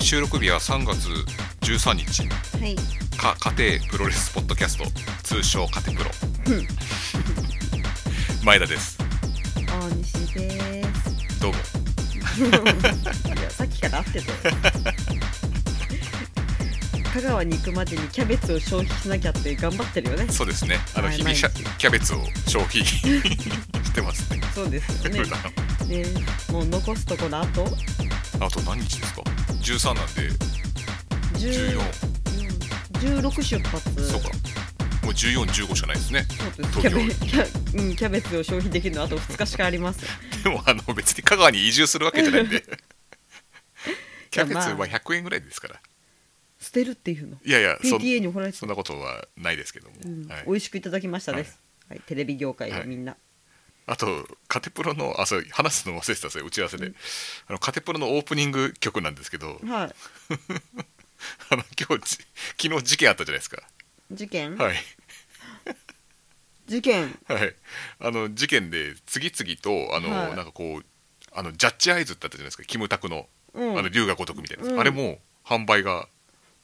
収録日は3月13日はい。か家庭プロレスポッドキャスト通称家庭プロうん前田です大西で どうもす。いや、さっきから合ってたよ。 香川に行くまでにキャベツを消費しなきゃって頑張ってるよね。そうですねあのはい日々シ毎ャキャベツを消費 してますねそうですよね普。段ね、もう残すところあとあと何日ですか13なんで10 14、うん16出発。そうかもう1415しかないですねそうです。キ東ャ京ベキャうんキャベツを消費できるのはあと2日しかありません。でもあの別に香川に移住するわけじ ゃないんでキャベツは100円ぐらいですから捨てるっていうの。いやいやそん PTA に怒られてそたんなことはないですけども、うんはい美味しくいただきましたです。はい、テレビ業界はのいみんな。あとカテプロのあそう話すの忘れてたそれ打ち合わせで、あのカテプロのオープニング曲なんですけどはい。あの今日じ昨日事件あったじゃないですか事件、はい事件はいあの事件で次々とあの、はいなんかこうあのジャッジアイズってあったじゃないですかキムタクの,、うんあの龍が如くみたいなやつ、うんあれも販売が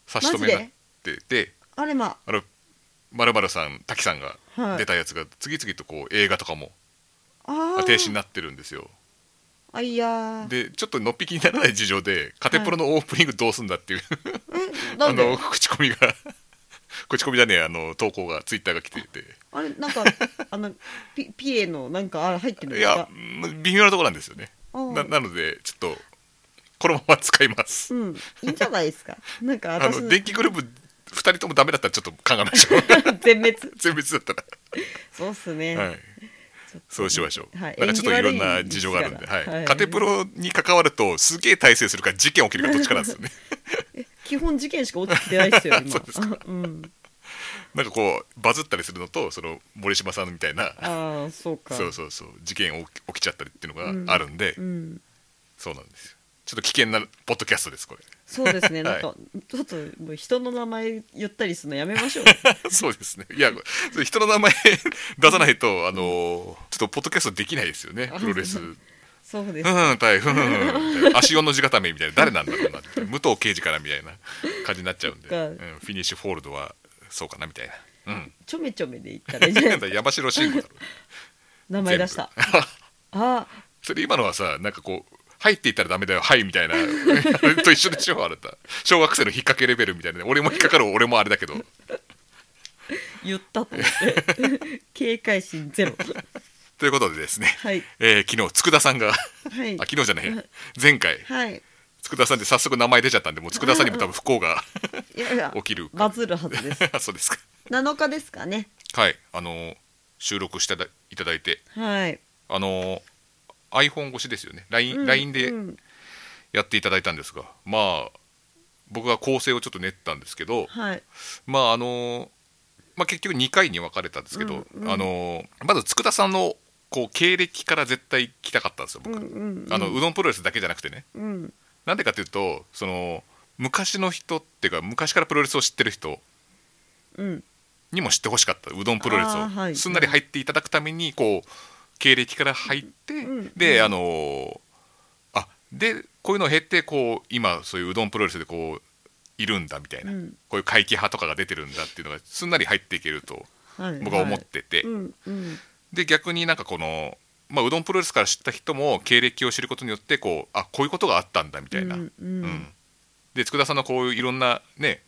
差し止めになっててあれまあのまるまるさん滝さんがはい出たやつが次々とこう映画とかもああ停止になってるんですよあいやーでちょっとのっぴきにならない事情でカテプロのオープニングどうすんだっていう、えなあんので口コミが 口コミじゃねえあの投稿がツイッターが来ててあれ なんかあのピピエのなんかあれ入ってるんいですやかうん微妙なところなんですよねうんななのでちょっとこのまま使います、うんいいんじゃないですかなんかあ私のの電気グループ2人ともダメだったらちょっと考えましょう 全滅全滅だったそうっすね、ら、はい、ちょっとそうしましょう、はいなんかちょっといろんな事情があるんで縁起悪いですからはいはいカテプロに関わるとすげえ体制するか事件起きるかどっちかなんですよね基本事件しか起きてないっすよ 今そうですかうんなんかこうバズったりするのとその森島さんみたいなああそうかそうそうそう事件起き起きちゃったりっていうのがあるんで、うんそうなんですよちょっと危険なポッドキャストですこれ そうですね、はなんいかちょっともう人の名前言ったりするのやめ ましょうそうですねいやそれ人の名前出さないとあのーちょっとポッドキャストできないですよねプロレスそうですうん対ふんふん足4の字固めみたいな誰なんだろうなって武藤刑事からみたいな感じになっちゃうんで、そっかうんフィニッシュフォールドはそうかなみたいな、う ん、ちょめちょめで言ったらいいじゃない山城慎吾だろ名前出した 全部あそれ今のはさなんかこう入っていったらダメだよはいみたいな と一緒でしょあなた小学生の引っ掛けレベルみたいな俺も引っ掛かる俺もあれだけど言ったと思って 警戒心ゼロということでですね、はいえー昨日佃さんがあはい昨日じゃないや前回はい佃さんって早速名前出ちゃったんでもう佃さんにも多分不幸 がいやいや起きるバズるは ずですそうですか7日ですかねはいあのー収録していただいただいてはいあのー iPhone 越しですよね LINE,、うん LINE でうんやっていただいたんですがまあ僕が構成をちょっと練ったんですけど、はいまああのまあ、結局2回に分かれたんですけど、うんうんあのまず佃さんのこう経歴から絶対聞きたかったんですようん僕、ううんうんあのうどんプロレスだけじゃなくてねうんなんでかというとその昔の人っていうか昔からプロレスを知ってる人うんにも知ってほしかったうどんプロレスあーを、はいすんなり入っていただくためにこう経歴から入って、うんで、うんあのあでこういうのを経ってこう今そういううどんプロレスでこういるんだみたいな、うんこういう怪奇派とかが出てるんだっていうのがすんなり入っていけるとはい僕は思ってて、うんうんで逆になんかこの、まあ、うどんプロレスから知った人も経歴を知ることによってこうあこういうことがあったんだみたいな、うんうんで佃さんのこういういろんなね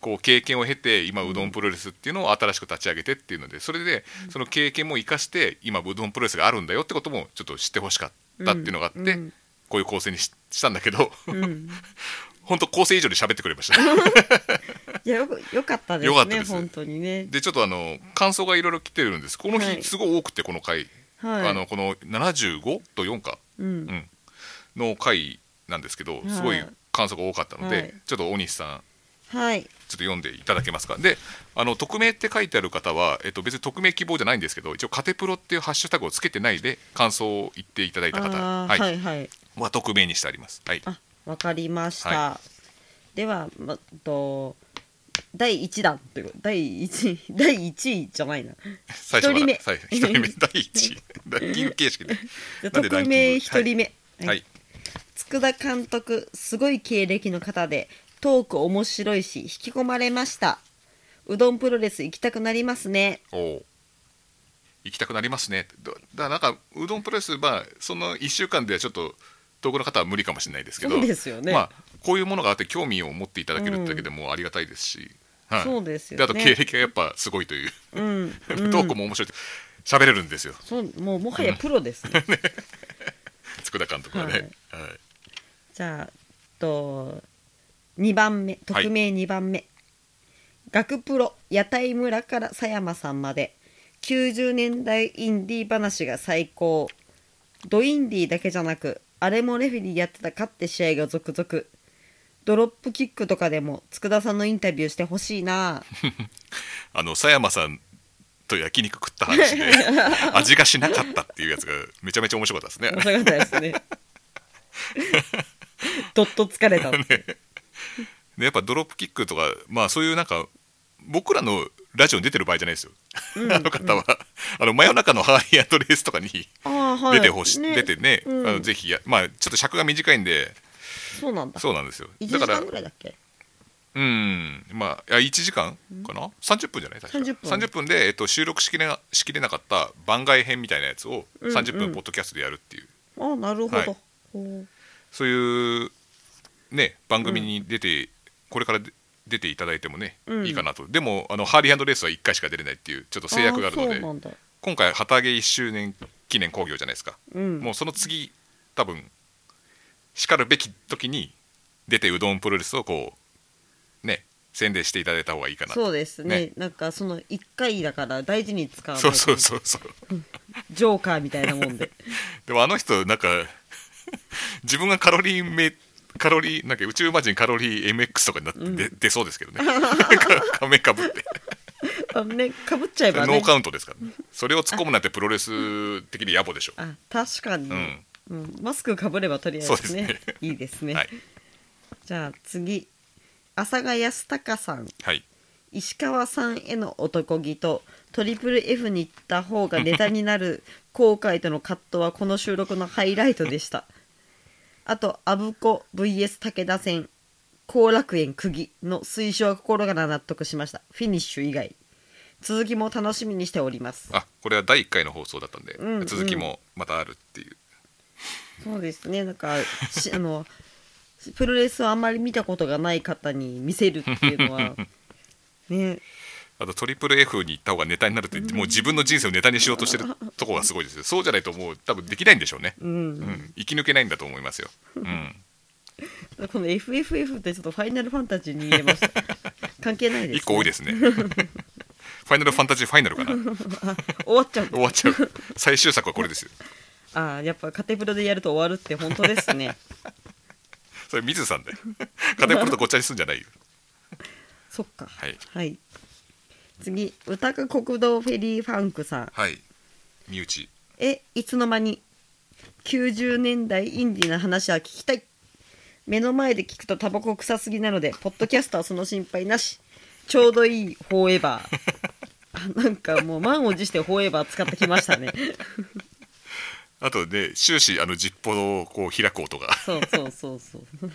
こう経験を経て今うどんプロレスっていうのを新しく立ち上げてっていうのでそれでその経験も生かして今うどんプロレスがあるんだよってこともちょっと知ってほしかったっていうのがあって、うんうんこういう構成にししたんだけど、 うん本当構成以上に喋ってくれま した。いやよくよかったでよかすったねです本当にねでちょっとあの感想がいろいろ来てるんですこのはい日すごい多くてこの回、はいあのこの75と4か、うんうんの回なんですけどいすごい感想が多かったので、はいちょっと大西さんはいちょっと読んでいただけますかであの匿名って書いてある方は、えっと、別に匿名希望じゃないんですけど一応「カテプロ」っていうハッシュタグをつけてないで感想を言っていただいた方あはーいはいはいは匿名にしてあります、はい、あわかりました、はでは、ま、と第1弾という第1 第1位じゃないな最初 一人目から最初一 人目第一位ランキング形式でじゃあなんでランキン匿グ名1人目、はい、佃監督すごい経歴の方でトーク面白いし引き込まれましたうどんプロレス行きたくなりますねおお行きたくなりますねどだからなんかうどんプロレスまあその1週間ではちょっと遠くの方は無理かもしれないですけどそうですよねまあ、こういうものがあって興味を持っていただけるだけでもうありがたいですし、はい、そうですよでねあと経歴がやっぱすごいという、うん、 うん、トークも面白いと喋れるんですよそうもうもはやプロですね佃監督はね、はいじゃあと2番目はい匿名2番目、学プロ屋台村から佐山さんまで90年代インディー話が最高ドインディーだけじゃなくあれもレフェリーやってたかって試合が続々ドロップキックとかでも佃さんのインタビューしてほしいなあの佐山さんと焼肉食った話 で味がしなかったっていうやつがめちゃめちゃ面白かったです面 ね。白かっ たですねどっと疲れたでやっぱドロップキックとかまあそういうなんか僕らのラジオに出てる場合じゃないですよ。あの方は、あの真夜中のハーリーレースとかにあー、は出てほし、ね出てね、うんあのぜひやまあちょっと尺が短いんでそうなんだそうなんですよ。 1時だから間ぐらいだっけうんまあいや1時間かな30分じゃない確か30分で、えっと、収録しきれなしきれなかった番外編みたいなやつをん30分ポッドキャストでやるっていう。あなるほど、はいほうそういうね番組に出て、これからで出ていただいてもね、うんいいかなとでもあのハーリーレースは1回しか出れないっていうちょっと制約があるそうなのでんだ今回旗揚げ1周年記念興行じゃないですか、うんもうその次多分しかるべき時に出てうどんプロレスをこうね宣伝していただいた方がいいかなとそうですねねなんかその1回だから大事に使わないそとうそうそうそうジョーカーみたいなも んででもあの人なんか 自分がカロリーめカロリーなんか宇宙魔人カロリー MX とかになって、で出そうですけど ねか仮面かぶってあのねかぶっちゃえばノねーカウントですから、ね、それを突っ込むなんてプロレス的に野暮でしょあ確かに、うんうんマスクかぶればとりあえずねそうですねいいですね、はいじゃあ次浅賀康隆さんはい石川さんへの男気とトリプル F に行った方がネタになる後悔との葛藤はこの収録のハイライトでしたあと「アブコ VS 武田戦後楽園釘」の推奨は心から納得しましたフィニッシュ以外続きも楽しみにしておりますあこれは第1回の放送だったんで、うんうん続きもまたあるっていうそうですねなんか しあのプロレスをあんまり見たことがない方に見せるっていうの はねあとトリプル F に行った方がネタになるってもう自分の人生をネタにしようとしてるとこがすごいですよそうじゃないともう多分できないんでしょうね、うんうん、生き抜けないんだと思いますよ、 うん、この FFF ってちょっとファイナルファンタジーに言えま した関係ないです、 1個多い ですね ファイナルファンタジーファイナルかな終わっちゃう終わっちゃう 最終作はこれですよあーやっぱカテプロでやると終わるって本当ですねそれ水さ んで片っぽとごっちゃにするんじゃないよそっかはい次歌く国道フェリーファンクさんはい身内えいつの間に90年代インディーな話は聞きたい目の前で聞くとタバコ臭すぎなのでポッドキャストはその心配なしちょうどいいフォーエバー あなんかもう満を持してフォーエバー使ってきましたねあとね終始あのジッポをこう開く音が そうそうそうそう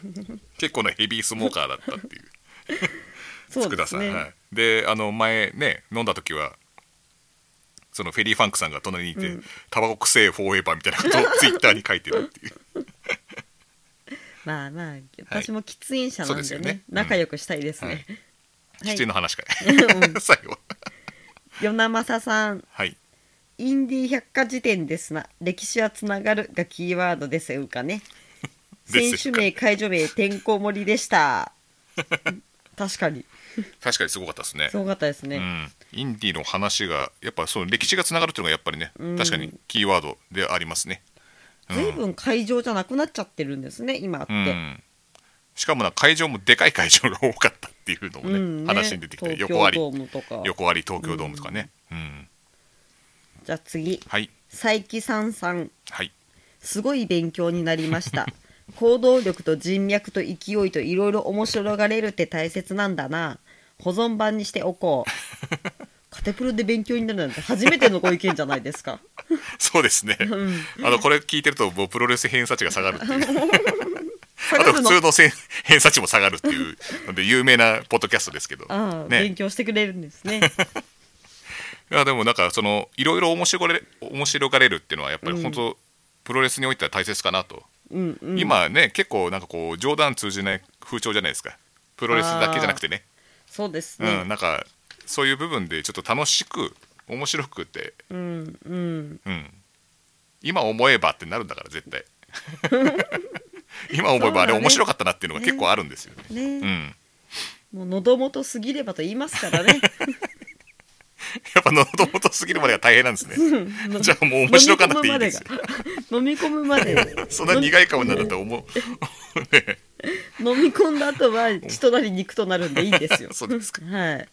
結構なヘビースモーカーだったっていうそうで佃すさんね、はい、であの前ね飲んだ時はそのフェリー・ファンクさんが隣にいて「タバコくせえフォーエバー」みたいな ことをツイッターに書いてるっていうまあまあ私も喫煙者なんでね,、そうですよねうん仲良くしたいですね、はい否定の話かい う最後与那正さんはいインディー百科事典ですな歴史はつながるがキーワードですようかね ですよ選手名解除名天候盛りでした 確かに確かにすごかったですねすごかったですね、うん、インディーの話がやっぱその歴史がつながるというのがやっぱりね、うん確かにキーワードでありますね。うん随分会場じゃなくなっちゃってるんですね今って、うんしかもな会場もでかい会場が多かったっていうのもね,、うんね話に出てきて東京横割ドりームとか横割り東京ドームとかね、うんじゃあ次はい佐伯さんさんはいすごい勉強になりました。 行動力と人脈と勢いといろいろ面白がれるって大切なんだな。保存版にしておこう。 カテプロで勉強になるなんて初めてのご意見じゃないですか。 そうですね、あのこれ聞いてるともうプロレス偏差値が下がるっていう下 あがとる普の通のせん偏差値も下がるっていうので有名なポッドキャストですけどああ、勉ね強してくれるんです ねいやでもなんかそのいろいろ面白がれ面白がれるっていうのはやっぱり本当、プロレスにおいては大切かなと、うん、うん、今ね結構なんかこう冗談通じない風潮じゃないですかプロレスだけじゃなくてねそうですうん、ねなんかそういう部分でちょっと楽しく面白くって、うんうんうん、今思えばってなるんだから絶 対今思えばあれ面白かったなっていうのが結構あるんですよね。ね、うん、もう喉元過ぎればと言いますか らねやっぱ喉元すぎるまでが大変なんですね。 じゃあもう面白かなくていいですよ。飲み込む までがそんな苦い顔になると 思う。ね、飲み込んだ後は血となり肉となるんでいいですよ そうですかはい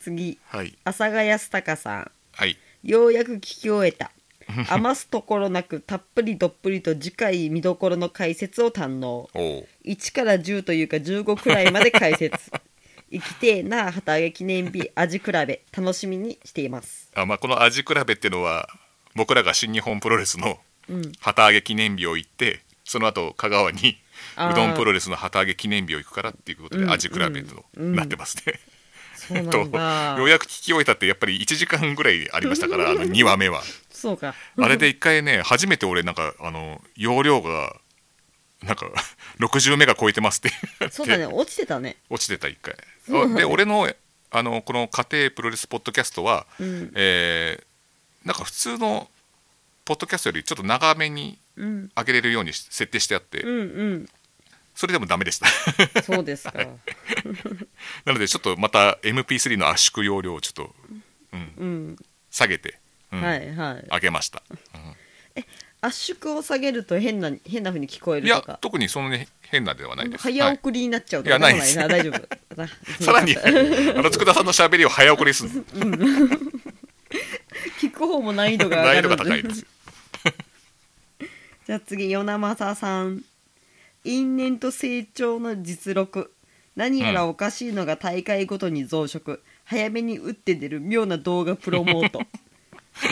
次はい阿佐ヶ谷スタカさんはいようやく聞き 終えた余すところなくたっぷりどっぷりと次回見どころの解説を堪能おう1から10というか15くらいまで解 説生きてえな旗揚げ記念日味比べ楽しみにしていますあまあこの味比べっていうのは僕らが新日本プロレスのうん旗揚げ記念日を行ってその後香川にあーうどんプロレスの旗揚げ記念日を行くからっていうことうんで味比べとうんなってますね。そうな とんだようやく聞き終えたってやっぱり1時間ぐらいありましたからあの2話目は。そうか あれで一回ね初めて俺なんかあの容量がなんか 60メガ超えてますって そ うだね落ちてたね落ちてた一回。あで俺のあのこの家庭プロレスポッドキャストは、うんえーなんか普通のポッドキャストよりちょっと長めにうん上げれるようにし設定してあって、うんうんそれでもダメでした そうですか、なのでちょっとまた MP3 の圧縮容量をちょっとうん下げて、うんはいはい上げました圧縮を下げると変な変な風に聞こいえるとやか特にそんなに変なではないです、早送りになっちゃうとはかいいやないですも 大丈夫なさらにあの佃さんの喋りを早送りする の聞く方も難易度が難易上度ががる高いです よ じゃあ次与那政さん因縁と成長の実録何やらおかしいのが大会ごとに増殖、早めに打って出る妙な動画プロモ ート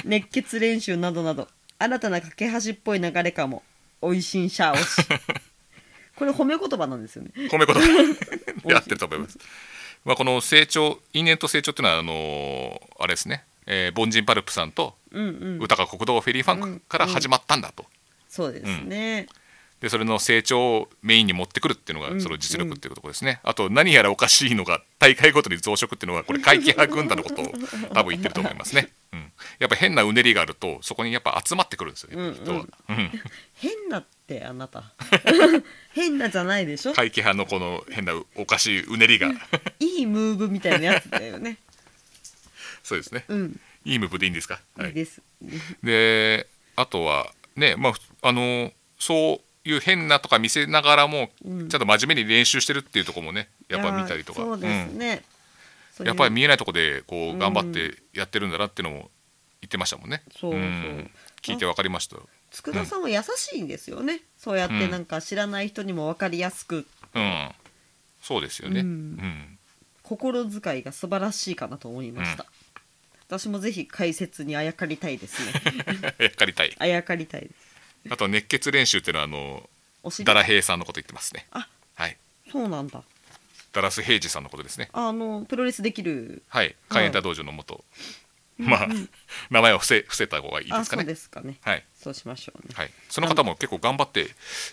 熱血練習などなど新たな架け橋っぽい流れかもおいしんシャーオ しこれ褒め言葉なんですよね褒め言葉やってると思いますまあこの成長因縁と成長っていうのはあのーあれですね、えー凡人パルプさんとうんうん歌川国道フェリーファンクから始まったんだと、そうですね、でそれの成長をメインに持ってくるっていうのがその実力っていうところですね、あと何やらおかしいのが大会ごとに増殖っていうのはこれ怪奇派軍団の ことを多分言ってると思いますね、うん、やっぱ変なうねりがあるとそこにやっぱ集まってくるんですよね、うんうん人は、うん、変なってあ なた変なじゃないでしょ、怪奇派のこの変なおかしいうねりがい、いムーブみたいなやつだよね そうですね、うんいいムーブでいいんですか、はいいいです、であとはねまああのそういう変なとか見せながらも、うんちゃんと真面目に練習してるっていうところもねやっぱ見たりとかいやーそうですうんね、そういうやっぱり見えないとこでこううん頑張ってやってるんだなってのも言ってましたもんね。そうそうん聞いてわかりました。佃さんは優しいんですよね、そうやってなんか知らない人にも分かりやすくうん、そうですよね。ううんん、 心遣いが素晴らしいかなと思いました、私もぜひ解説にあやかりたいで すねやっかりたい。あやかりたいですあと熱血練習っていうのはあのお尻ダラヘイさんのこと言ってますね。あはい、そうなんだダラスヘイジさんのことですね。あのプロレスできるはい、関エタ道場の元、まあ名前を伏せ伏せた方がいいであすかそうでね。すかねはい。そうしましょうねはい、その方も結構頑張って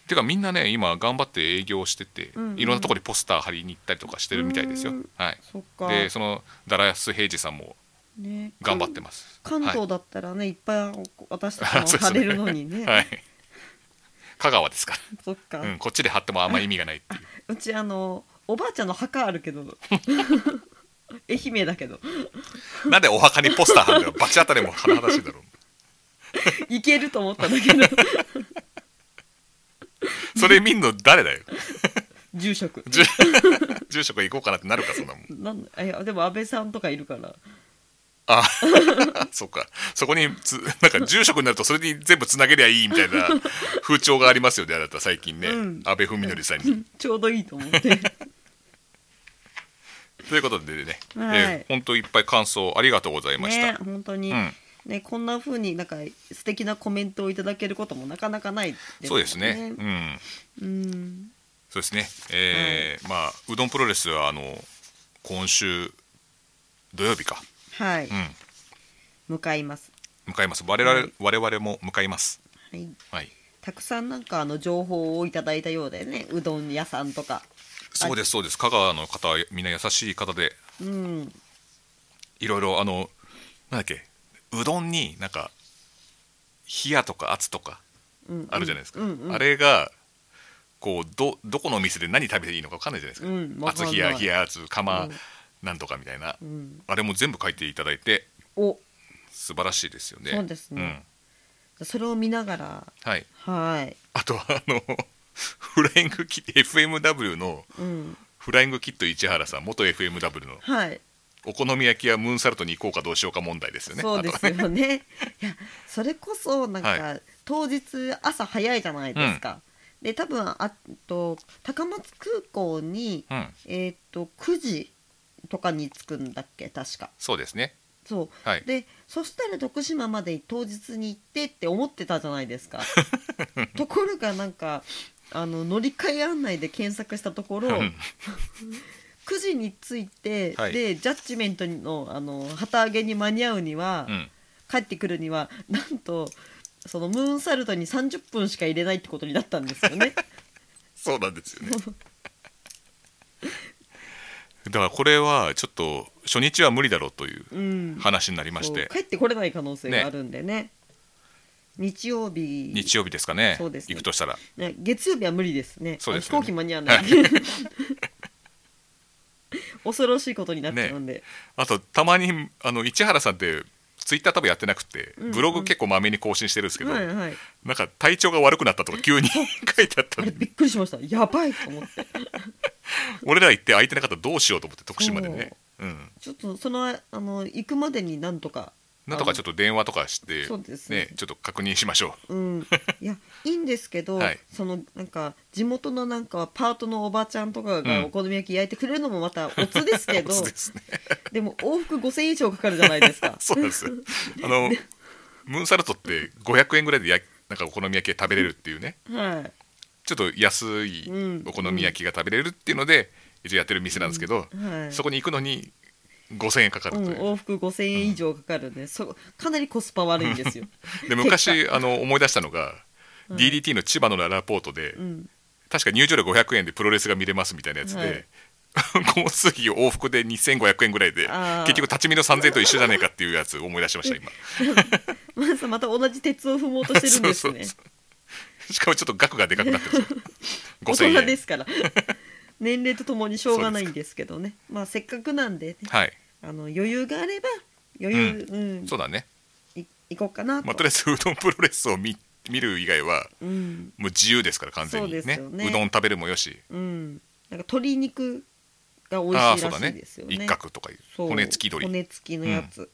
てかみんなね今頑張って営業してて、んうんいろんなところにポスター貼りに行ったりとかしてるみたいですようん。はい、そっかでそのダラス平治さんもね頑張ってます。関関東だったらね、い、っぱい私たちも そうです貼ねれるのにねはい、はい、香川ですか、、そっからうん、こっちで貼ってもあんま意味がないっていう うちあのおばあちゃんの墓あるけど 愛媛だけどなんでお墓にポスター貼るのバチ当たりも甚だしいだろう行けると思ったんだけど それ見んの誰だよ住職住 住職行こうかなってなるかそんなもんなんだいやでも安倍さんとかいるからあ そっかそこにつなんか住職になるとそれに全部つなげりゃいいみたい な風潮がありますよねあなた最近ね、うん安倍文則さんに。ちょうどいいと 思ってということでね、はい えー本当いっぱい感想ありがとうございました。ね本当に、うんね、こんな風になんか素敵なコメントをいただけることもなかなかないそうですね。うん。うん、そうですね。えーまあうどんプロレスはあの今週土曜日か。はい、うん。向かいます。向かいます。我々、はい我々も向かいます。はい、はい。たくさんなんかあの情報をいただいたようでね、うどん屋さんとか、そうですそうです。香川の方はみんな優しい方で、うん、いろいろあのなんだっけうどんになんか冷やとか厚とかうんあるじゃないですか。うんうん、あれがこうどどこのお店で何食べていいのかわかんないじゃないですか。うんわか厚んない冷や冷や厚釜、うんなんとかみたいな、うん、あれも全部書いていただいてお、素晴らしいですよね。そうですねそれを見ながら、うんはい。はい、あとはあの フライングキ FMW のうん、フライングキット市原さん元 FMW のはい、お好み焼きやムーンサルトに行こうかどうしようか問題ですよね。そうですあとねよね。 いやそれこそなんか、は当日朝早いじゃないですか。で多分あと高松空港に、うん、えっ、と9時とかに着くんだっけ確か。そうですね。そう。はい。でそしたら徳島まで当日に行ってって思ってたじゃないで すか。ところがなんかあの乗り換え案内で検索したところ。うん9時に着いて、はいでジャッジメントのあの旗揚げに間に合うには、うん、帰ってくるにはなんとそのムーンサルトに30分しか入れないってことになったんです よね。そうなんですよね。 だからこれはちょっと初日は無理だろうといううん、話になりましそうて、帰ってこれない可能性ねがあるんでね日曜日日曜日ですかねそうですね行くとしたらね月曜日は無理ですねそうですあよねの飛行機間に合わない 恐ろしいことになっちゃうんで、あとたまにあの市原さんってツイッター多分やってなくてうんうんブログ結構まめに更新してるんですけど、はいはいなんか体調が悪くなったとか急に 書いてあったんあれでびっくりしましたやばいと思って 俺ら行って空いてなかったらどうしようと思って徳島でね、うん、ちょっとそのあの行くまでになんとかなんとかちょっと電話とかしてそうですねねちょっと確認しましょうん、いやいいんですけど、はいそのなんか地元のなんかパートのおばちゃんとかうんがお好み焼き焼いてくれるのもまたおつですけ う。ど、ですね。でも往復5000円以上かかるじゃないですか そうなんですよ。あの、ムーンサルトって500円ぐらいでやなんかお好み焼きが食べれるっていうね、はちょっと安いうんお好み焼きが食べれるっていうので、一応やってる店なんですけど、い、はいそこに行くのに5000円かかるうとん、いう。往復5000円以上かかるんで、そかなりコスパ悪い んですよ、で、昔、あの、思い出したのが、DDT の千葉のララポートで、うん、確か入場料500円でプロレスが見れますみたいなやつで、はい この次往復で2500円ぐらいであー結局立ち見の3000円と一緒じゃねえかっていうやつを思い出しました今まず また同じ鉄を踏もうとしてるん ですねそうそうそうしかもちょっと額がでかくなってるんで 大すよ5000人円ですから 年齢とともにしょうがないんですけどねまあせっかくなんでね、はいあの余裕があれば余裕、うんそうだね、い行こうかなと、まあ、とりあえずうどんプロレスを見見る以外はうんもう自由ですから完全にそうねですよねうどん食べるもよしうん、なんか鶏肉が美味ああしいそうらだしいねですよね。一角とかいうそう骨付き鶏骨付きのやつ。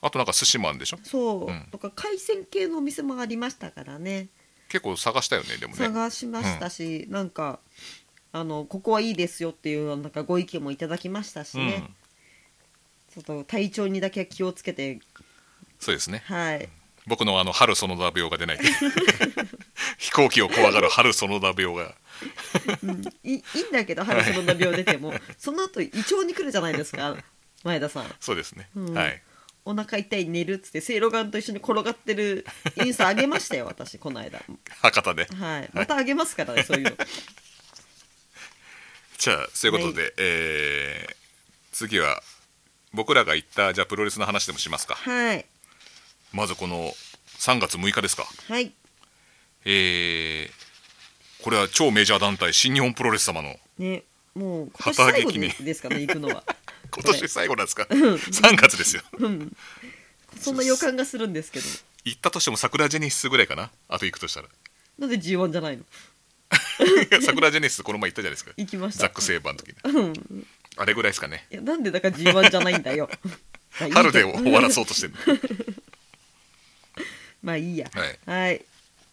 あとなんか寿司もあるんでしょそう、うんとか海鮮系のお店もありましたからね。結構探したよねでもね探しましたし、なんかあのここはいいですよっていうなんかご意見もいただきましたしうねん。、ちょっと体調にだけは気をつけて、そうですねはい。僕のあの春園田病が出ない 飛行機を怖がる春園田病が うん、いいいんだけど春その病出ても、その後胃腸に来るじゃないですか。前田さんそうですね、うんはいお腹痛い寝るっつってせいろがんと一緒に転がってるインスタあげ ましたよ私この間博多ではい、またあげますからね、そういう の。じゃあそういうことで、えー次は僕らが行ったじゃあプロレスの話でもしますかはい、まずこの3月6日ですかはい、えーこれは超メジャー団体新日本プロレス様のね、もう今年旗揚げ最後記念でですかね、行 くのは。今年最後なんですか3月ですようん、そんな予感がするんですけど、行ったとしても桜ジェネシスぐらいかなあと行くとしたらなんで G1 じゃないの。いや 桜ジェネシスこの前行ったじゃないですか行きました。ザック・セイバーの時にうん、あれぐらいですかねいや、なんでだから G1 じゃないんだ よ。まあいいけど春で終わらそうとしてるまあいいや。はいはい、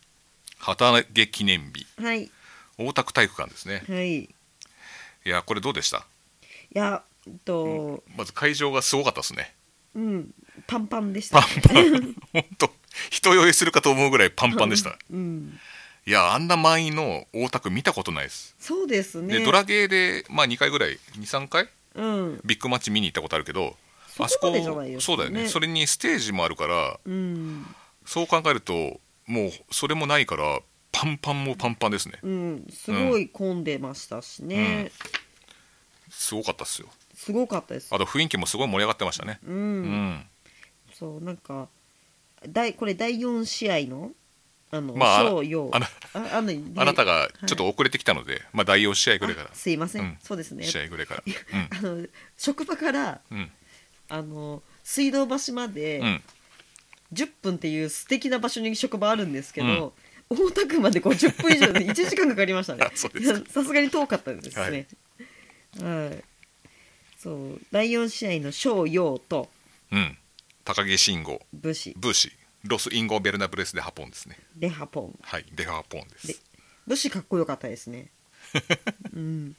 旗揚げ記念日はい、大田区体育館ですねはい、いいやこれどうでしたや、えっと、まず会場がすごかったですねうん、パンパンでしパたンパン本当人酔いするかと思うぐらいパンパンでしたうんいやあんな満員の大田区見たことないです、そうですねでドラゲーで、まあ、2回ぐらい23回うんビッグマッチ見に行ったことあるけどそこまでじゃないよあそこそうだよねねそれにステージもあるからうんそう考えるともうそれもないからパンパンもパンパンですねうんすごい混んでましたしね、すごかったっすよすごかったですあと雰囲気もすごい盛り上がってましたねうん、うん、そうなんか第これ第4試合のあの、まああな小陽あなああのねあなたがちょっと遅れてきたので、まあ、第4試合ぐらいからあすいません、うんそうですね試合ぐらいからあの職場からうんうんあの水道橋までうん10分っていう素敵な場所に職場あるんですけど、大田区まで50分以 上で1時間かかりましたねあ そうですさすがに遠かったですねはい、そう第4試合の小陽とうん高木慎吾武士ブーシーロス・インゴ・ベルナブレス・デ・ハポンですねレハポンはいデ・ハポンでです武士かっこよかったです ねうん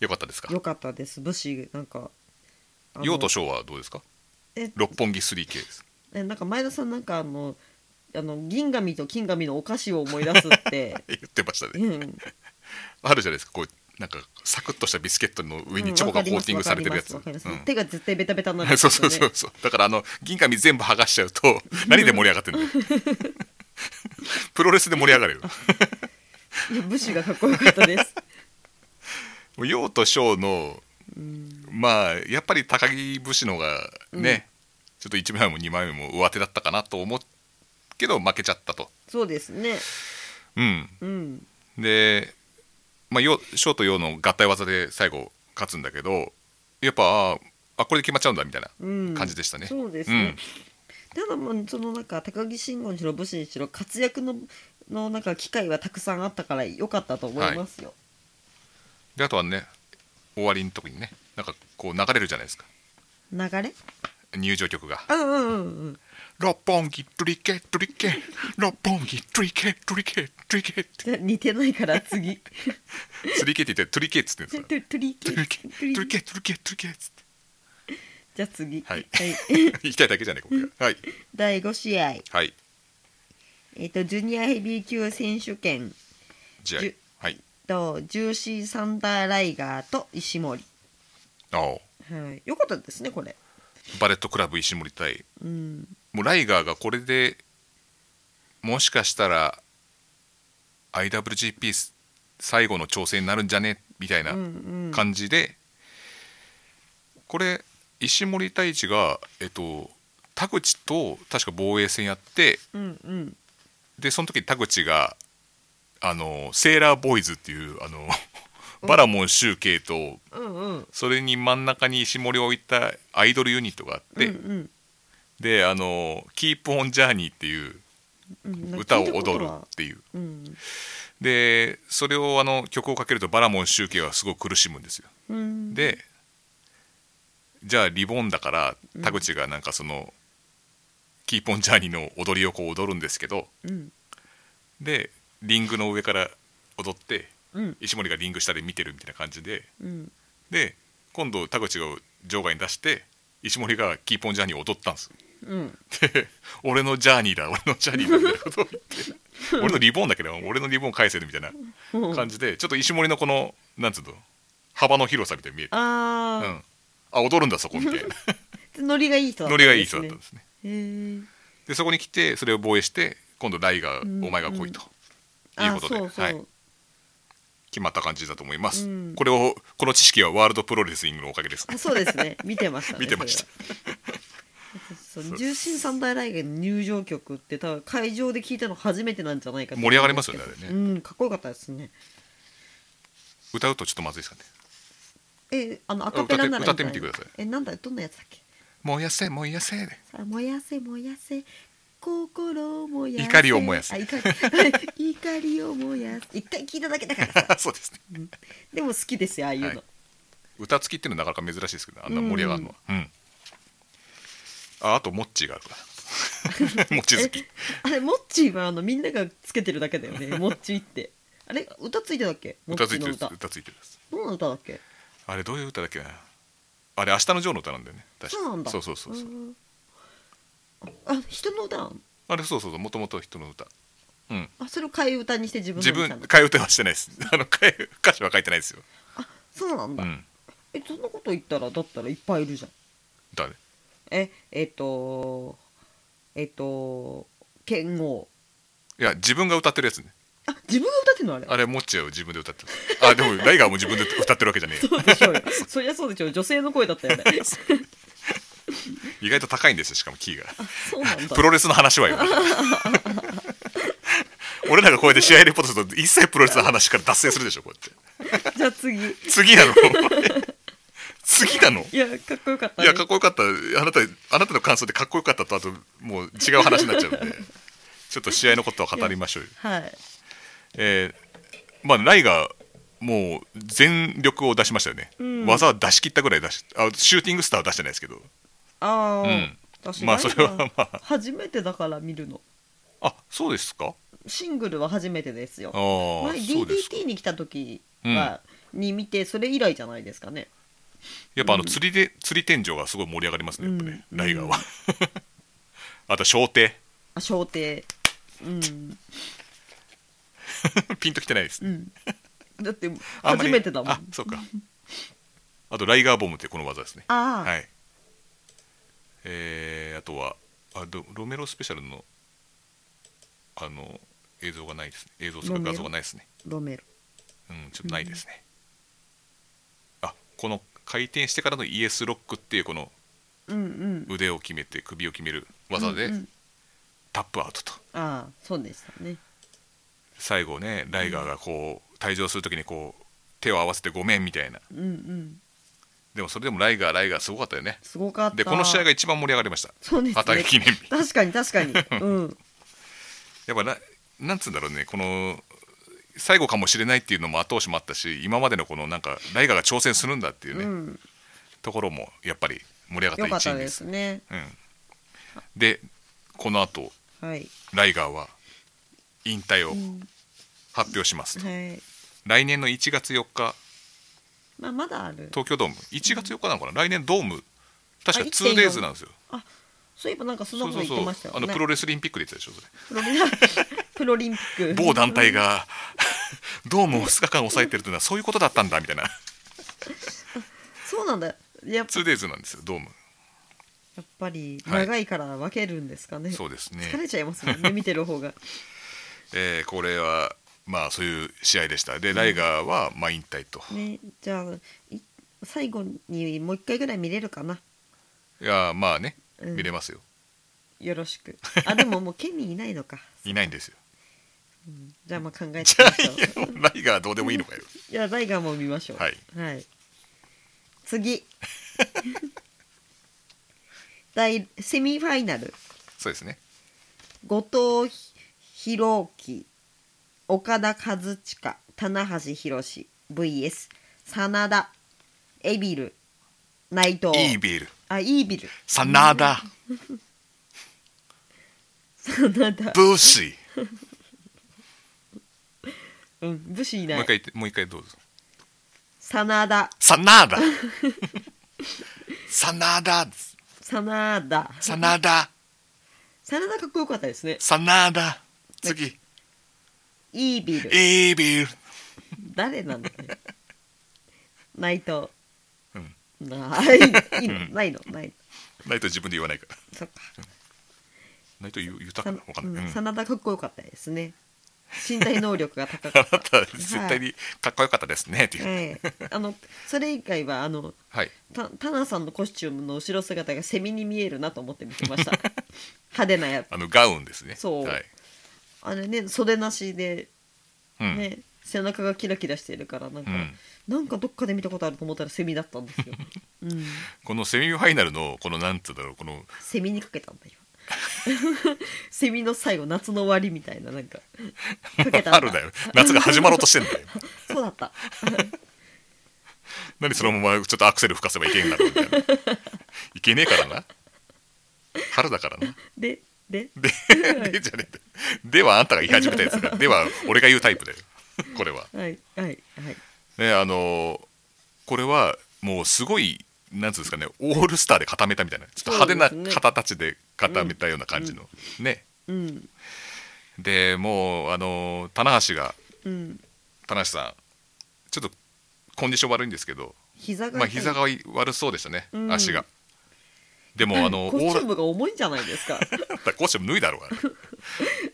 よかったですかよかったです武士なんかあの用と賞はどうですかえ六本木 3K ですえなんか前田さんなんかあのあの銀紙と金紙のお菓子を思い出すって、 言ってましたねうん、あるじゃないですかこうなんかサクッとしたビスケットの上にチョコがコーティングされてるやつ、わかりますわかりますうん手が絶対ベタベタになるそう そうそうねそうだからあの銀紙全部剥がしちゃうと何で盛り上がってるの プロレスで盛り上がるよいや武士がかっこよかっ たです、もう陽と翔のうん、まあやっぱり高木武士の方がね、ちょっと1枚も2枚目も上手だったかなと思うけど負けちゃったとそうですねうんうんで、まあ、陽翔と陽の合体技で最後勝つんだけどやっぱあーあこれで決まっちゃうんだみたいなうん感じでしたね、そうですね、ただもうそのなんか高木慎吾にしろ武士にしろ活躍ののなんか機会はたくさんあったから良かったと思いますよ、であとはね終わりの時にねなんかこう流れるじゃないですか流れ入場曲があうんうんうんうん「六本木トリケトリケ六本木トリケトリケトリケ」ってじゃ似てないから次「トリケ」って 言って「トリケ」っつってんですトかゥトゥリキら「トリケトトゥリリキケトリケトリケ」っつって じゃあ次はいはい、 行きたいだけじゃねえか僕がはい第5試合はいえっ、とジュニアヘビー級選手権じゃじゅあはいとジューシーサンダーライガーと石森、ああはい、よかったですねこれバレットクラブ石森対うんもうライガーがこれでもしかしたら IWGP 最後の調整になるんじゃねみたいなうんうん感じで、これ石森太一が、えっと、田口と確か防衛戦やってうんうんでその時田口があのセーラーボーイズっていうあのバラモン集慶とうんうんそれに真ん中に石森を置いたアイドルユニットがあって、うんであの「Keep on Journey」っていううんうん、歌を踊るなんかっていう聞いたことはうんでそれをあの曲をかけるとバラモン集慶はすごく苦しむんですよ。うん、でじゃあリボンだから田口がなんかその、キーポンジャーニーの踊りをこう踊るんですけどうんでリングの上から踊ってうん石森がリング下で見てるみたいな感じでうんで今度田口が場外に出して石森がキーポンジャーニーを踊ったんですうんで俺のジャーニーだ俺のジャーニーだみたいなことを言 って俺のリボンだけど俺のリボン返せるみたいなうん感じでちょっと石森のこのなんつうの幅の広さみたいに見えて、うあー、ん、あ踊るんだそこ みたいなノリがいい人だったノんでリす、ね、がいい人だったんですねへーでそこに来てそれを防衛して今度ライガうんーお前が来いと、あいうことでそうそう、はい決まった感じだと思います、うんこれをこの知識はワールドプロレスリングのおかげですあそうですね見てましたね 見てましたそれはそう重心三大ライブの入場曲って多分会場で聞いたの初めてなんじゃないかと思盛り上がりますよねうんですけあどれうんかっこよかったですね歌うとちょっとまずいですかねえあのアカペラなら歌って歌ってみてくださいえなんだどんなやつだっけ燃やせ燃やせでさあ燃やせ燃やせ心を燃やせ怒りを燃やせあ怒り 怒りを燃やせ一回聞いただけだから さそうですね でも好きですよああいうの、はい歌付きっていうのはなかなか珍しいですけどあんな盛り上がるのはうん、ああとモッチーがあるからモッチー好きえ あれモッチーはあのみんながつけてるだけだよ ねモッチーってあれ歌ついてたっけモッ歌チ付ーいてのる歌歌付いてるですどんな歌だっけあれどういう歌だっけなあれ明日のジョーの歌なんだよね確かそうなんだそうそうそうそううんあ人の歌なのあれそうそうそうもともと人の歌うんあそれを替え歌にして自分の自にし分たの替え歌はしてないです あの替え歌詞は書いてないですよそうなんだ、うんえそんなこと言ったらだったらいっぱいいるじゃんだねええっ、とえっ、と剣豪いや自分が歌ってるやつねあ自分が歌ってんのあれあれもっちゃう自分で歌ってるあでもライガーも自分で歌ってるわけじゃねえよそうでしょうよそりゃそうでしょう女性の声だったよね意外と高いんですよしかもキーがそうなんだプロレスの話はよ 俺らがこうやって試合レポートすると一切プロレスの話から脱線するでしょこうやってじゃあ次い次なの 次なのやかっこよかった、いね、やかっこよかったあなたあなたの感想でかっこよかったとあともう違う話になっちゃうんでちょっと試合のことは語りましょうよ、はいえーまあライがもう全力を出しましたよね、うん技は出し切ったぐらい出しあシューティングスターは出してないですけどああ、うん私まあないなそれはまあ初めてだから見るのあそうですかシングルは初めてですよああ前そうですか DDT に来た時は、に見てそれ以来じゃないですかねやっぱあの釣りで、釣り天井がすごい盛り上がりますねやっぱね、うんライガーは あと小艇あ小艇うん ピンときてないですうんだってあんまり初めてだもんあそうかあとライガーボムってこの技ですねああ、はい。えー、あとはあロロメロスペシャルのあの映像がないですね。映像とかロメロ画像がないですね。ロメロうん、ちょっとないですね。あ、この回転してからのイエスロックっていうこのうんうん腕を決めて首を決める技でうんうんタップアウトと。ああそうでしたね最後ね、ライガーがこう退場するときにこう手を合わせてごめんみたいな。うんうんでもそれでもライガーライガーすごかったよね。すごかったでこの試合が一番盛り上がりました。そうです旗揚ねげ記念日。確かに確かに うんやっぱななんつうんだろうねこの最後かもしれないっていうのも後押しもあったし今までのこのなんかライガーが挑戦するんだっていうね、うんところもやっぱり盛り上がよったかっ一た員で。ですすねうん、でこの後はいライガーは引退をうん発表します、はい来年の1月4日まあまだある東京ドーム1月4日なのかな来年ドーム確かあ 2days なんですよ。そういえばなんかそんなそうことそうそ言ってうましたよあねのプロレスリンピックで言ってたでしょそれ プロリプロリンピック某団体がドームを2日間抑えてるというのはそういうことだったんだみた いなそうなんだやっ 2days なんですよドームやっぱりはい長いから分けるんですかね、そうですね疲れちゃいますもんね見てる方がえーこれはまあそういう試合でしたでライガーはまあ引退と、ねじゃあい最後にもう一回ぐらい見れるかないやーまあね、うん見れますよよろしくあでももうケミーいないのかいないんですようんじゃあまあ考えてみましじゃょうあいやもうライガーどうでもいいのかよいやライガーも見ましょうはい、はい、 次第セミファイナルそうですね後藤弘樹岡田和親棚橋宏 VS 真田エビル内藤いいビールあイービルサナダ真田ブーシーうん武士いもなう一い回言ってもう一回どうぞ真田サナダサナダ真田サナダ真田かっこよかったですねサナダ次イービルいいビール誰なんだ ね内藤うんないいいのないのないのナイト自分で言わないからそっかナイト言う言ったさかんなわかんない、ううんん真田かっこよかったですね身体能力が高かあっ なたた絶対にかっこよかったですねっていう、ええあのそれ以外はあのはいたタナさんのコスチュームの後ろ姿がセミに見えるなと思って見て ました派手なやつあのガウンですね。そうはい。あれね袖なしでうん。ね、背中がキラキラしているからなんか、うんなんかどっかで見たことあると思ったらセミだったんで すよ、うん、このセミファイナルのこのなんつうんだろうこのセミにかけたんだよ セミの最後夏の終わりみたいな なんかかけたん春だよ。夏が始まろうとしてんだよ。 そうだった何そのままちょっとアクセル吹かせばいけんだろうみたいな。いけねえからな。春だからな。ででで、でじゃねえんだよではあんたが言い始めたやつが。では俺が言うタイプだよ。これは。はいはいはいねあのこれはもうすごいなんつうんですかねオールスターで固めたみたいなちょっと派手そうでなすね方たちで固めたような感じの、ねうんでもうあの棚橋がうん棚橋さんちょっとコンディション悪いんですけど、膝がまあ、痛い膝が悪そうでしたね、うん足がでもあのオコスチューームが重いんじゃないで すかラコーチも脱いだろうが、ね、だ か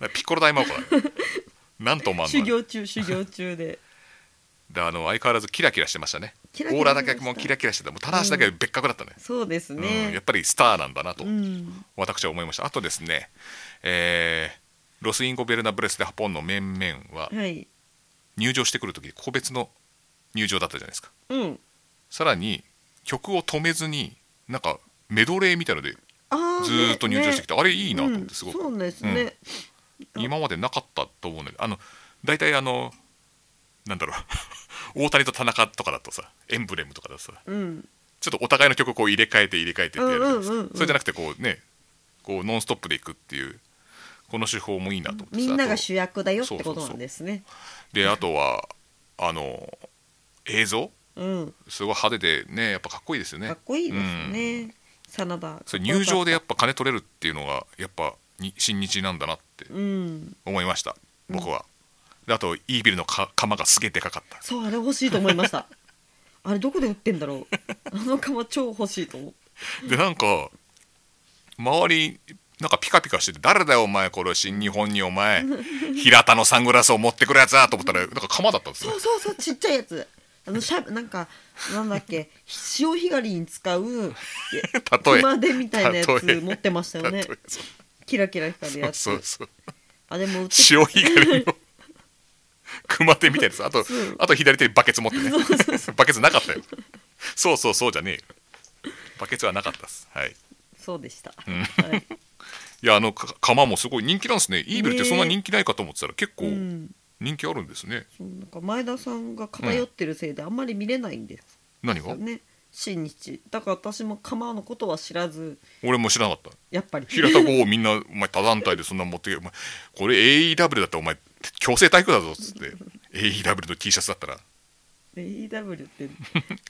らピッコロ大魔王かなんともあんの修あれ行中修行中でであの相変わらずキラキラしてましたねキラキラオーラだけもキラキラしてたもう棚橋だけ別格だったね、そうですうんやねっぱりスターなんだなと、うん私は思いましたあとですね、えーロスインゴベルナブレス・でハポンの面々ははい入場してくる時個別の入場だったじゃないですかうんさらに曲を止めずになんかメドレーみたいのであずーっと入場してきたて、あれいいなと思ってすごく、そうですねうん今までなかったと思うのであの大体あのなんだろう 大谷と田中とかだとさエンブレムとかだとさうんちょっとお互いの曲をこう入れ替えて入れ替えてってやるじゃないですか、うんうんうんうんそれじゃなくてこうねこうノンストップでいくっていうこの手法もいいなと思ってみんなが主役役だよってことなんですねであとはあの映像うんすごい派手でねやっぱかっこいいですよねかっこいいでうすんね真田それ入場でやっぱ金取れるっていうのがやっぱに新日なんだなってうん思いました僕は、であとイービルのか釜がすげえでかかったそうあれ欲しいと思いました あれどこで売ってんだろうあの釜超欲しいと思うでなんか周りなんかピカピカしてて「誰だよお前これ新日本にお 前平田のサングラスを持ってくるやつだ」と思ったらなんか釜だったんですねそうそうそうちっちゃいやつあのしゃなんかなんだっけ潮干狩りに使う例え熊手みたいなやつ例え持ってましたよね例えそうキラキラ光るやつそうそうあでも売ってた潮干狩 りの熊手みたいですあとそうあと左手にバケツ持ってねバケツなかったよそうそうそうじゃねえよバケツはなかったですはいそうでした、ん はい、いやあのか釜もすごい人気なんですねイーベルってそんな人気ないかと思ってたら結う構ん人気あるんですね、そうなんか前田さんが偏ってるせいであんまり見れないんです何よがね、新日だから私も釜のことは知らず俺も知らなかったやっぱり平田剛をみんなお前他団体でそんな持ってお前これ AEW だったらお前強制体育だぞっつって AEW の T シャツだったら AEW って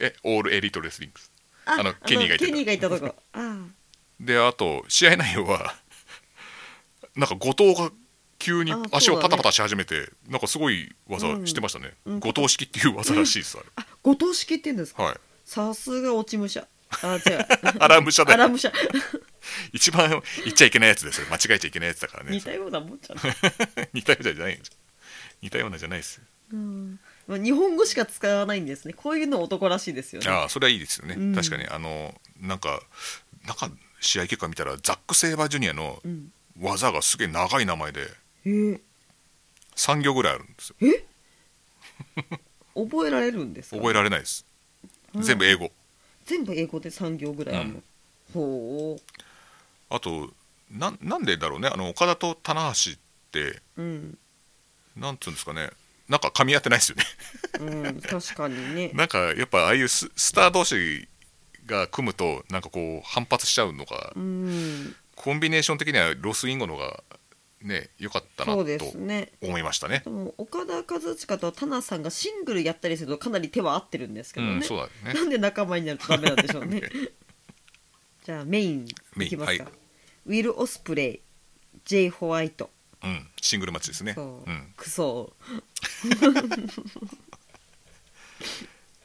えオールエリートレスリングスああのケニーがいたケニーがいた とこあであと試合内容はなんか後藤が急にあそうだね足をパタパタし始めて、なんかすごい技してましたね、うん後藤式っていう技らしいですあれああ後藤式って言うんです かはいさすが落ち武者あ違 うアラムシャアラでムシ ャ一番言っちゃいけないやつですよ間違えちゃいけないやつだからね 似たようなもんじゃない、 似たようなじゃない似たようなじゃないですうんまあ、日本語しか使わないんですねこういうの男らしいですよねああそれはいいですよね、うん確かにあのなんかなんか試合結果見たらザック・セイバージュニアのうん技がすげえ長い名前でえー3行ぐらいあるんですよ え覚えられるんですか覚えられないです、うん全部英語全部英語で3行ぐらいあるの、うんほあとなんなんでだろうねあの岡田と棚橋ってううん、なんつうんですかねなんか噛み合ってないですよね うん、確かにねなんかやっぱああいうススター同士が組むとなんかこう反発しちゃうのがうんコンビネーション的にはロスインゴのがね良かったなそとうですね思いましたねでも岡田和親とタナさんがシングルやったりするとかなり手は合ってるんですけどね,、うんそうだよ ねなんで仲間になるとダメなんでしょ うねじゃあメインメインいきますか、はいウィル・オスプレイ J ・ホワイトうん、シングルマッチですね。うそう、ん、クソ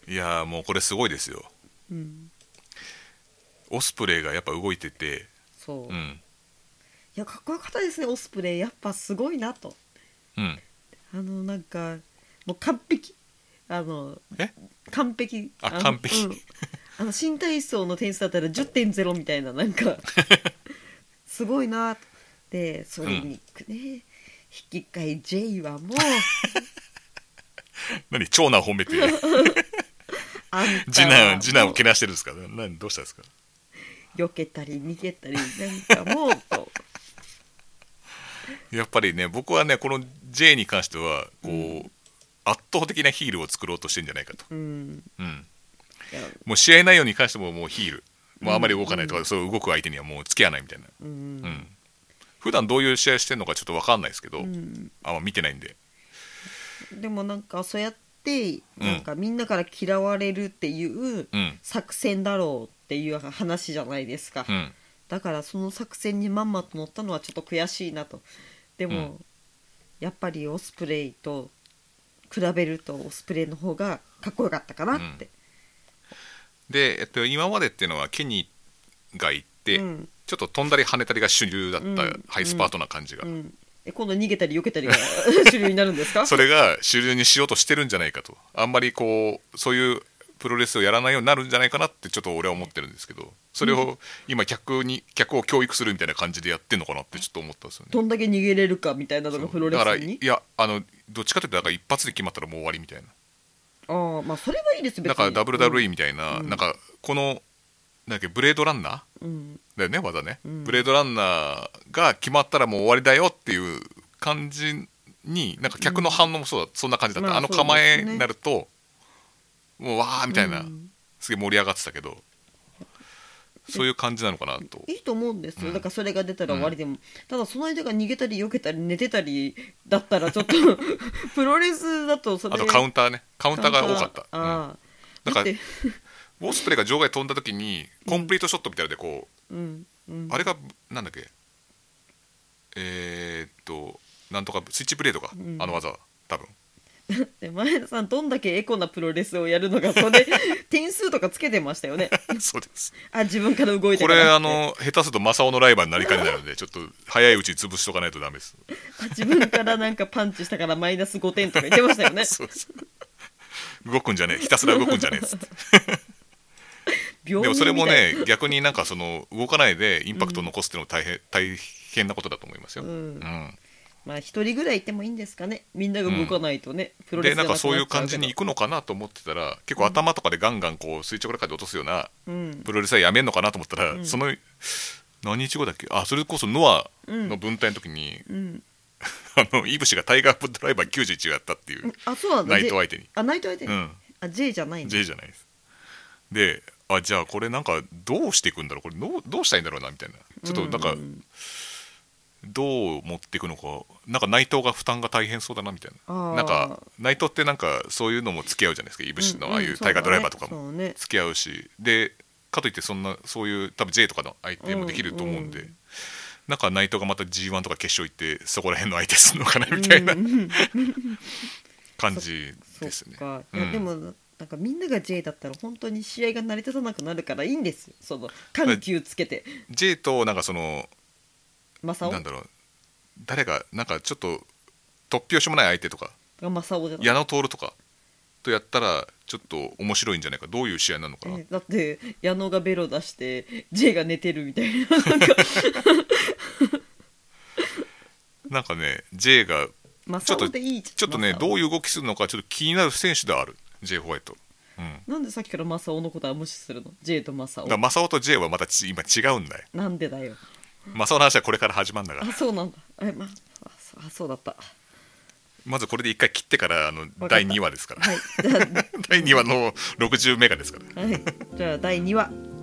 いやーもうこれすごいですよ。うんオスプレイがやっぱ動いてて、そう、ういん、やかっこよかったですねオスプレイやっぱすごいなとうん、あのなんかもう完璧あのえ、完璧あの完璧うんあの新体操の点数だったら10.0みたいななん かすごいなでそれにね、引き換え J は もう 何長男褒めて あんた次は男次男をけなしてるんですか。何どうしたんですか。避けたり逃げたりなんかもうとやっぱりね僕はねこの J に関してはこう、圧倒的なヒールを作ろうとしてんじゃないかと。うんうん、いやもう試合内容に関してももうヒール、もうあまり動かないとか、そう動く相手にはもう付き合わないみたいな。ううんん、普段どういう試合してるのかちょっとわかんないですけど、うんあんま見てないんで。でもなんかそうやってなんかみんなから嫌われるっていううん作戦だろうっっていう話じゃないですか、うんだからその作戦にまんまと乗ったのはちょっと悔しいなとでも、うんやっぱりオスプレイと比べるとオスプレイの方がかっこよかったかなって、で、えっと、今までっていうのはケニーが行って、うんちょっと飛んだり跳ねたりが主流だった、うんハイスパートな感じが、うんえ今度逃げたり避けたりが 主流になるんです かそれが主流にしようとしてるんじゃないかとあんまりこうそういうプロレスをやらないようになるんじゃないかなってちょっと俺は思ってるんですけどそれを今客に客を教育するみたいな感じでやってんのかなってちょっと思ったんですよね。どんだけ逃げれるかみたいなのがプロレだからスいにやあのどっちかというとなんか一発で決まったらもう終わりみたいなああまあそれはいいです別なんにか WWE みたいな、うんなんかこのなんだっけブレードランナーうんだよね技ね、うんブレードランナーが決まったらもう終わりだよっていう感じになんか客の反応もそうだ、そんな感じだった、まああ、のそうですね構えになるともうわーみたいな、うんすげえ盛り上がってたけどそういう感じなのかなといいと思うんですよ、うんだからそれが出たら終わりでも、ただその間が逃げたり避けたり寝てたりだったらちょ っとプロレスだとそれあとカウンンターねカウンターが多かった、うんああ、うんだってウォスプレイが場外飛んだ時にコンプリートショットみたいなのでこう、うんうんあれがなんだっけえー、っとなんとかスイッチブレードか、んあの技多 分で前田さんどんだけエコなプロレスをやるのか それ点数とかつけてましたよねそうですあ自分から動いてこかられってあの下手すると正雄のライバルになりかねないのでちょっと早いうちに潰しとかないとダメですあ自分からなんかパンチしたからマイナス5点とか言ってましたよねそうそう動くんじゃねえひたすら動くんじゃねえっつってで でもそれもね逆になんかその動かないでインパクトを残すっていうのも大変,、大変なことだと思いますよ、うんうんまあ一人ぐらいいてもいいんですかねみんなが動かないとね、プロレでスじなゃんかくっちゃそうけどいう感じに行くのかなと思ってたら結構頭とかでガンガンこう垂直落下で落とすようなうんプロレスはやめんのかなと思ったら、うんその何日後だっけあそれこそノアの分隊の時に、うんあのイブシがタイガードライバー91をやったっていう、あそうなんだナイト相手に J あナイト相手に、うんあ J じゃないんだ J じゃないですであじゃあこれなんかどうしていくんだろうこれどうどうしたいんだろうなみたいなちょっとなんか、うんどう持っていくのかなんか内藤が負担が大変そうだなみたいあなーなんか内藤ってなんかそういうのも付き合うじゃないですかいぶしのああいう大河ドライバーとかもそうだね付き合うしでかといってそんなそういう多分 J とかの相手もできると思うんで、うんうなんか内藤がまた G1 とか決勝行ってそこら辺の相手するのかな みたいな、うん うん感じそですねっ。か、ういやんでもなんかみんなが J だったら本当に試合が成り立たなくなるからいいんですよその緩急つけて J となんかその正なん雄だろう誰がなんかちょっと突拍子もない相手とかが正雄じゃない矢野徹とかとやったらちょっと面白いんじゃないかどういう試合なのかな、えだって矢野がベロ出して J が寝てるみたいな なんかなんかね J がちょっ正と雄でいいじゃんちょっとね正雄どういう動きするのかちょっと気になる選手ではある J ホワイト、うん、だなんでさっきから正雄のことは無視するの J と正から雄正雄と J はまたち今違うんだよなんでだよ正雄の話はこれから始まるんだからあそうなんだえ、まあ、そうあそうだったまずこれで一回切ってからあのた 第2話ですからはいじゃ第2話の60メガですからあ、はい、じゃあ第2話